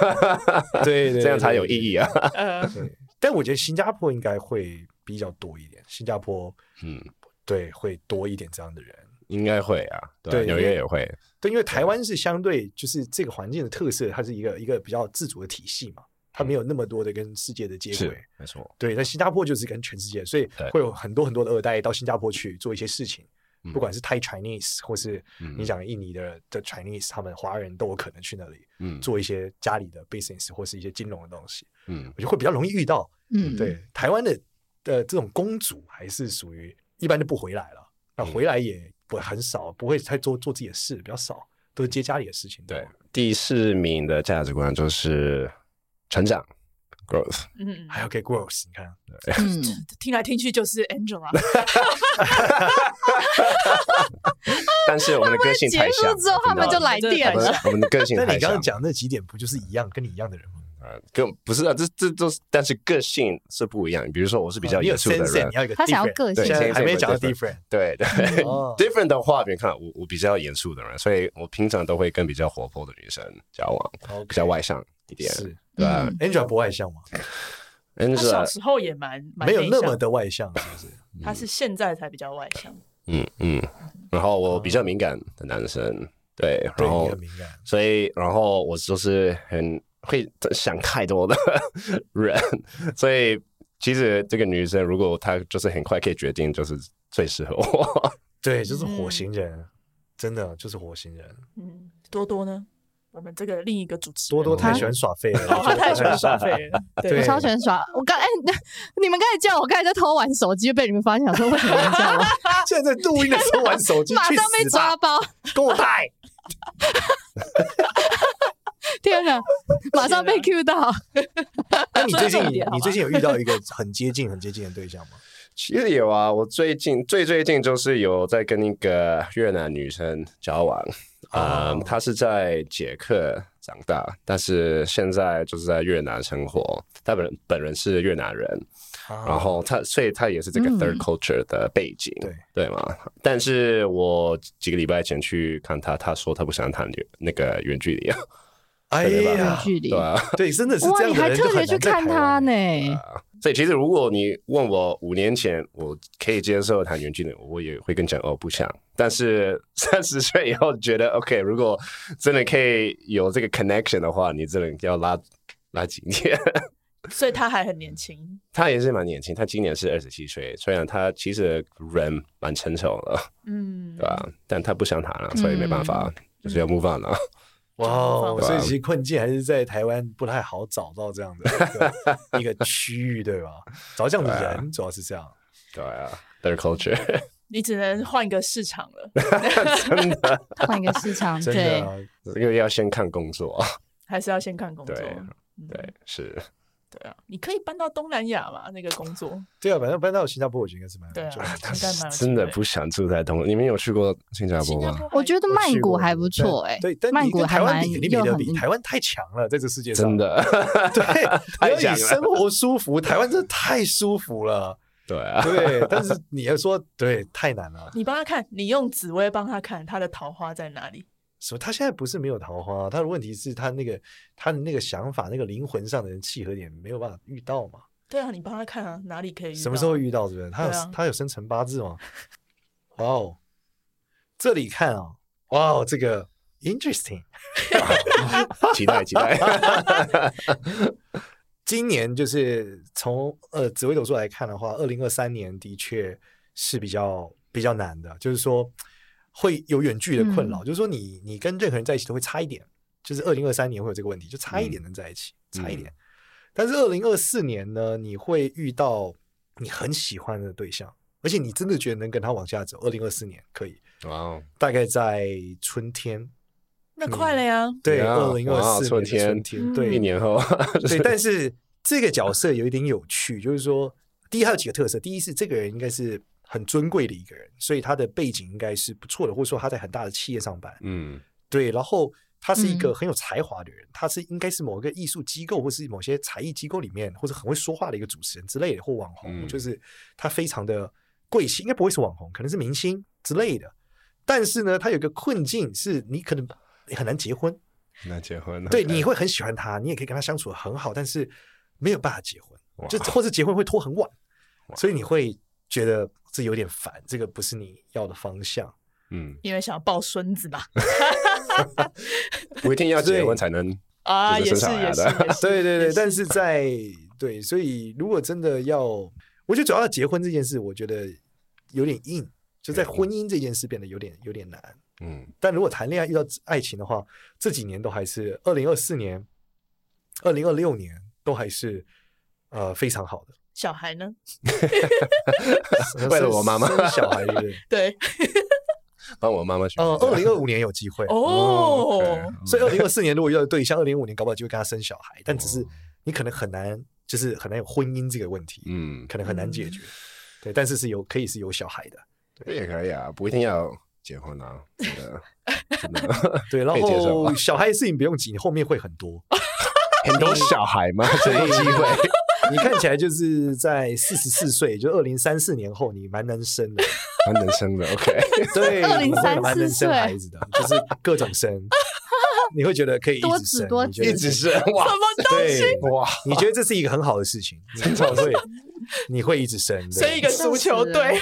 S6: 对对
S7: 这样才有意义啊。
S5: 呃，
S6: 对，但我觉得新加坡应该会比较多一点，新加坡
S7: 嗯，
S6: 对会多一点这样的人。
S7: 应该会啊，对
S6: 对
S7: 啊，纽约也会，
S6: 对，因为台湾是相对就是这个环境的特色，它是一个一个比较自主的体系嘛，它没有那么多的跟世界的接轨
S7: 是。没错，
S6: 对，但新加坡就是跟全世界，所以
S7: 对
S6: 会有很多很多的二代到新加坡去做一些事情，
S7: 嗯
S6: 不管是 Thai Chinese 或是
S7: 嗯
S6: 你讲的印尼的的 Chinese，他们华人都有可能去那里
S7: 嗯
S6: 做一些家里的 business 或是一些金融的东西，
S7: 嗯
S6: 我觉得会比较容易遇到。
S4: 嗯，
S6: 对，台湾的呃这种公主还是属于一般就不回来了，那
S7: 嗯
S6: 回来也不很少，不会太做做自己的事，比较少，都是接家里的事情。
S7: 对，第四名的价值观就是成长 growth，
S5: 嗯，
S6: 还有给 girls，你看，啊
S4: 嗯，
S5: 听来听去就是 Angela。
S7: 但是我们的个 性
S4: 结
S7: 太像
S4: 束
S7: 了，
S4: 之后他
S7: 真的
S4: 们就来电
S7: 我们
S4: 了，
S7: 我们的个性
S6: 但
S7: 太
S6: 你刚
S7: 像
S6: 刚， 讲那几点不就是一样，跟你一样的人吗？
S7: 呃，跟不是啊，这这都是，但是个性是不一样。比如说，我是比较
S6: 哦你
S7: 严
S6: 有
S7: 肃的
S6: sense，
S7: 人
S6: 你，要有一个
S4: 他想要
S6: different
S4: 个性
S7: 对
S6: 现
S7: 先
S6: 在还没讲到
S7: different
S6: different，
S7: 对对
S6: 哦
S7: ，different 的话，别看我我比较严肃的人，所以我平常都会跟比较活泼的女生交往，比较外向一点，
S6: 是嗯
S7: 对啊吧？
S4: 嗯
S6: Angela 呃不外向吗？
S7: 但
S5: 他
S7: 是啊
S5: 小时候也蛮蛮
S6: 没有
S5: 内
S6: 那
S5: 向
S6: 么，嗯的外向， 是不是？
S5: 他是现在才比较外向。
S7: 嗯嗯，然后我比较敏感的男生，对，
S6: 嗯对，
S7: 然
S6: 你
S7: 后
S6: 很敏感。
S7: 所以然后我就是很会想太多的 人，所以其实这个女生如果她就是很快可以决定，就是最适合我。
S6: 对，就是火
S5: 嗯
S6: 星人，真的就是火星人。
S5: 嗯，多多呢？我们这个另一个主持人
S6: 多多太
S4: 他
S6: 喜欢耍废了，
S5: 哦，他太喜欢耍废。了。
S6: 对
S4: 我超喜欢耍。我刚哎， 你们刚才叫我，刚才在偷玩手机，就被你们发现，想说为什么你 叫我？
S6: 现在在录音的时候玩手 机，
S4: 马
S6: 去
S4: 上被
S6: 死吧
S4: 抓！包！
S6: 给我带。
S4: 天 哪，马上被 Q 到。
S6: 那 你最近
S5: 重点好吧
S6: 你最近有遇到一个 很接近很接近的对象吗？
S7: 其实有啊，我最近最最近就是有在跟一个越南女生交往，呃
S6: 哦，
S7: 他是在捷克长大，但是现在就是在越南生活。他本人本人是越南人，然
S6: 然
S7: 后他，所以他也是这个
S4: 嗯
S7: third culture 的背景，
S6: 对
S7: 对吗？但是我几个礼拜前去看他，他说他不想谈远那个远距离啊，
S6: 哎
S4: 远
S6: 呀，
S4: 距离。
S7: 对啊，
S6: 对，真的是这
S4: 哇，
S6: 样
S4: 你
S6: 的
S4: 还
S6: 人就
S4: 特
S6: 很
S4: 别
S6: 难
S4: 去
S6: 在
S4: 看
S6: 台湾
S4: 他
S6: 啊
S4: 呢？
S7: 所以其实如果你问我五年前我可以接受谈远距离，我也会跟你讲哦不想。但是 三十岁以后觉得 OK，如果真的可以有这个 connection 的话，你真的要拉拉紧 一点。
S5: 所以他还很年轻。
S7: 他也是蛮年轻，他今年是二十七岁，虽然他其实人蛮成熟了，
S5: 嗯，
S7: 对吧、
S6: 啊
S7: 但他不想谈了，所以没办法，就是要 move on 了。
S6: 哇哦，
S7: 对啊
S6: 所以其实困境还是在台湾不太好找到这样的 一个一个区域，对吧？找这样的
S7: 啊
S6: 人主要是这样。
S7: 对啊，their culture
S5: 你只能换一个市场 了，
S7: 真的，
S4: 换一个市场，
S6: 真
S4: 对
S6: 的啊，
S7: 这个要先看工作。
S5: 还是要先看工作。
S7: 对
S5: 嗯
S7: 对，是。
S5: 对啊，你可以搬到东南亚嘛？那个工作，
S6: 对啊，反正搬到新加坡，我觉得应该是蛮
S5: 对啊
S6: 就蛮
S5: 应该蛮有机
S7: 真的
S5: 会
S7: 不想住在东。你们有去过新加坡
S5: 新加
S7: 吗？
S5: 坡还，
S4: 我觉得
S6: 我
S4: 曼
S6: 去
S4: 谷
S6: 过
S4: 还不错哎、
S6: 对，但
S4: 曼
S6: 你
S4: 谷
S6: 跟
S4: 还
S6: 台湾
S4: 蛮
S6: 比肯定
S4: 又
S6: 没得
S4: 很嗯
S6: 比，台湾太强了，在这世界上
S7: 真。 的，
S6: 对，
S7: 太
S6: 你要
S7: 强
S6: 以
S7: 了
S6: 生活舒服，台湾真的太舒服 了。
S7: 对啊，
S6: 对，但是你要说对太难了。
S5: 你帮他看，你用紫薇帮他看他的桃花在哪里。
S6: 什么？他现在不是没有桃花，他的问题是他那个他的那个想法、那个灵魂上的人契合点没有办法遇到嘛？
S5: 对啊，你帮他看啊，哪里可以？
S6: 什么时候？遇到？是不是？他有、
S5: 对啊
S6: 他有生辰八字吗？哇哦，这里看啊、哇哦，这个 interesting。
S7: 期待期待。
S6: 今年就是从呃紫微斗数来看的话，二零二三年的确是比较比较难的，就是说会有远距的
S7: 嗯
S6: 困扰，就是说你你跟任何人在一起都会差一点，就是二零二三年会有这个问题，就差一点能在一起，
S7: 嗯
S6: 差一点。但是二零二四年呢，你会遇到你很喜欢的对象，而且你真的觉得能跟他往下走，二零二四年可以，
S7: 哇哦，
S6: 大概在春天，
S5: 那
S6: 嗯
S5: 快了呀！
S6: 对，
S7: 啊
S6: 二零
S7: 哇
S6: 二四
S7: 春
S6: 年的春
S7: 天
S5: 嗯
S6: 天，对，
S7: 一年后，
S6: 对，但是这个角色有一点有趣，就是说，第一，他有几个特色。第一是这个人应该是很尊贵的一个人，所以他的背景应该是不错的，或者说他在很大的企业上班。
S7: 嗯，
S6: 对，然后他是一个
S4: 嗯
S6: 很有才华的人，他是应该是某个艺术机构或是某些才艺机构里面，或者很会说话的一个主持人之类的，或网红，
S7: 嗯
S6: 就是他非常的贵气，应该不会是网红，可能是明星之类的。但是呢，他有一个困境是你可能很难结婚。
S7: 那结婚了
S6: 对，你会很喜欢他，你也可以跟他相处得很好，但是没有办法结婚，
S7: 哇
S6: 就或是结婚会拖很晚，所以你会觉得这有点烦，这个不是你要的方向。
S7: 嗯，
S5: 因为想要抱孙子嘛。
S7: 不一定要结婚才能
S5: 啊，
S7: 就
S5: 也
S7: 是
S5: 是
S7: 生小
S5: 也
S7: 孩
S5: 是
S7: 的
S5: 也 是，
S6: 对对
S5: 也
S6: 对，但是在对，所以如果真的要，我觉得主要结婚这件事，我觉得有点硬，就在婚姻这件事变得有点有点难。
S7: 嗯
S6: 但如果谈恋爱遇到爱情的话，这几年都还是二零二四年、二零二六年都还是呃非常好的。
S5: 小孩呢？
S7: 为了我妈妈
S6: 生小孩对不对？
S5: 对
S7: 帮我妈妈选。
S6: 呃，二零二五年有机会，嗯
S5: 哦，
S6: 所
S7: 嗯
S6: 以二零二四年如果遇到对象，二零二五年搞不好就会跟他生小孩，但只
S7: 哦
S6: 是你可能很难，就是很难有婚姻这个问题，
S7: 嗯，
S6: 可能很难解决。
S4: 嗯
S6: 对，但是是有可以是有小 孩的，
S7: 也可以啊，不一定要结婚啊，真的真的
S6: 对，然
S7: 可以接受
S6: 后小孩的事情不用急，你后面会很 多。
S7: 很多小孩嘛，这个机会。
S6: 你看起来就是在四十四岁，就二零三四年后，你蛮能生 的，
S7: 蛮能生的，OK，
S6: 对，你会蛮能生
S4: 2034
S6: 孩子的，就是各种生，你会觉得可以一
S4: 多
S6: 直
S4: 子
S6: 生，
S4: 多
S6: 你觉得
S7: 一直是哇
S6: 对，
S7: 哇，
S6: 你觉得这是一个很好的事情，你常 会，你会一直生，对
S5: 生一个足球
S4: 笑死
S5: 队
S4: 了，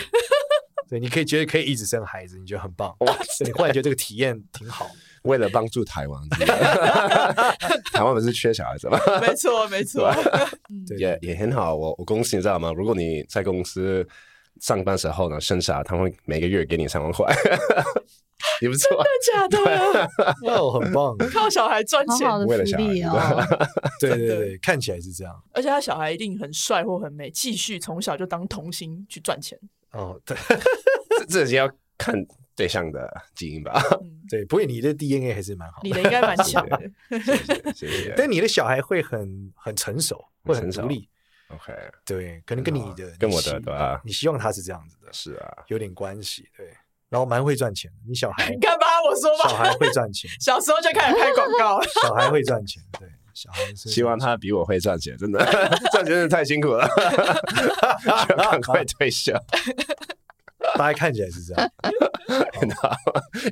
S6: 对，你可以觉得可以一直生孩子，你觉得很棒，对你忽然觉得这个体验挺好。
S7: 为了帮助台湾，真的台湾不是缺小孩子吗？
S5: 没错没错。
S6: 对
S7: 也也很好。我我公司你知道吗？如果你在公司上班时候呢生小孩，他会每个月给你三万块， 也不错。
S5: 假 的，
S6: 哇哦，很 棒，
S5: 靠小孩赚
S4: 好
S5: 钱，
S4: 好的
S7: 为了
S4: 福
S7: 小孩
S4: 利
S7: 子
S4: 哦。
S6: 对对对，看起来是这样。
S5: 而且他小孩一定很帅或很美，继续从小就当童星去赚钱。
S6: 哦，对
S7: 这这也要看对象的基因吧。
S5: 嗯，
S6: 对，不过你的 DNA 还是蛮好
S5: 你
S6: 的，
S5: 的应该蛮强 的，
S7: 谢谢。
S6: 但你的小孩会很很成熟，会很
S7: 很成
S6: 独
S7: 熟
S6: 立，
S7: OK，
S6: 对，可能跟你的
S7: 跟
S6: 你
S7: 我
S6: 希
S7: 的对啊吧
S6: 你希望他是这样子的，
S7: 是啊，
S6: 有点关系，对。然后蛮会赚钱的，你小孩
S5: 干嘛吧，我说
S6: 小孩
S5: 吧，
S6: 会赚钱，
S5: 小时候就开始拍广告了。
S6: 小孩会赚钱，对，小孩是
S7: 希望他比我会赚钱，真的 赚钱真的太辛苦了，就赶快退休，
S6: 大家看起来是这样，
S7: 很好，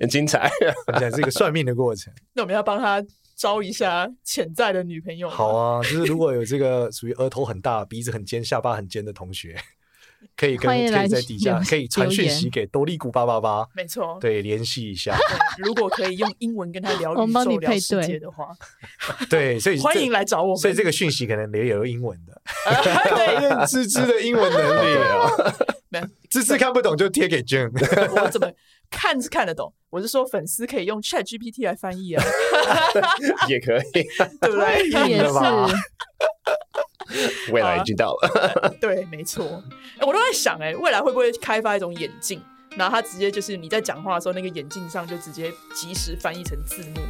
S7: 很精彩。
S6: 看起来是一个算命的 过程。
S5: 那我们要帮他招一下潜在的女朋友。
S6: 好，啊， 就是如果有这个属于额头很大、鼻子很尖、下巴很尖的同学，可以跟
S4: 欢迎
S6: 可以
S4: 来
S6: 在底下
S4: 留
S6: 可以传讯息给多利古八八八，
S5: 没错。
S6: 对，联系一下。
S5: 对如果可以用英文跟他聊
S4: 我
S5: 宇
S4: 们帮
S5: 宙、
S4: 你
S5: 聊
S4: 配
S5: 世
S4: 对
S5: 界的话，
S6: 对，所 以
S5: 欢
S6: 这
S5: 迎来找我们。
S6: 所以这个讯息可能也有英文的，
S5: 对，
S6: 认芝芝的英文能力啊，
S5: 没有
S6: 芝芝看不懂就贴给 June。
S5: 我怎么看是看得懂，我是说粉丝可以用 Chat GPT 来翻译 啊，
S7: 也可以，
S5: 对不 对？
S4: 也
S6: 了吧
S4: 是
S7: 未来已经到了，
S5: 对，没错。哎我都在想、哎，未来会不会开发一种眼镜，然后它直接就是你在讲话的时候，那个眼镜上就直接及时翻译成字幕。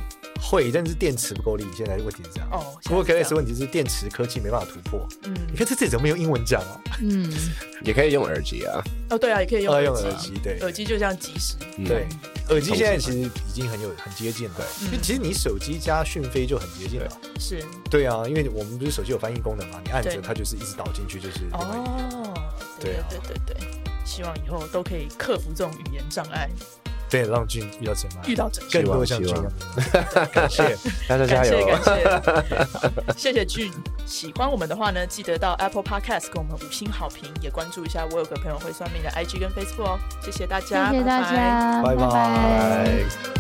S6: 会，但是电池不够力，现在问题是这样。
S5: 哦
S6: 不过
S5: 现在
S6: k
S5: 是这
S6: a s
S5: 样
S6: 问题是电池科技没办法突破。
S5: 嗯，
S6: 你看这这怎么用英文讲啊？
S4: 嗯，
S7: 也可以用耳机啊，
S5: 哦，对啊，也可以用
S6: 要
S5: 耳
S6: 用
S5: 机，
S6: 耳机，对
S5: 耳机就这样及时。
S7: 嗯
S6: 对，。耳机现在其实已经很有很接近了，因为其实你手机加讯飞就很接近了。
S5: 是
S6: 对啊，因为我们不是手机有翻译功能嘛，你按着
S5: 对
S6: 它就是一直导进去，就是另外一个
S5: 哦，
S6: 对
S5: 对
S6: 啊
S5: 对对对对，希望以后都可以克服这种语言障碍，
S6: 对让君遇到真爱，
S5: 遇到真
S6: 更多像
S7: 希
S6: 君
S7: 望
S6: 一样的人。 感谢，
S7: 大家
S5: 感
S7: 加
S5: 谢
S7: 油！
S5: 感谢，谢谢俊。喜欢我们的话呢，记得到 Apple Podcast 给我们五星好评，也关注一下我有个朋友会算命的 IG 跟 Facebook 哦。谢谢大家，
S4: 谢谢大
S5: 拜拜
S4: 家，
S6: 拜
S4: 拜
S6: 拜。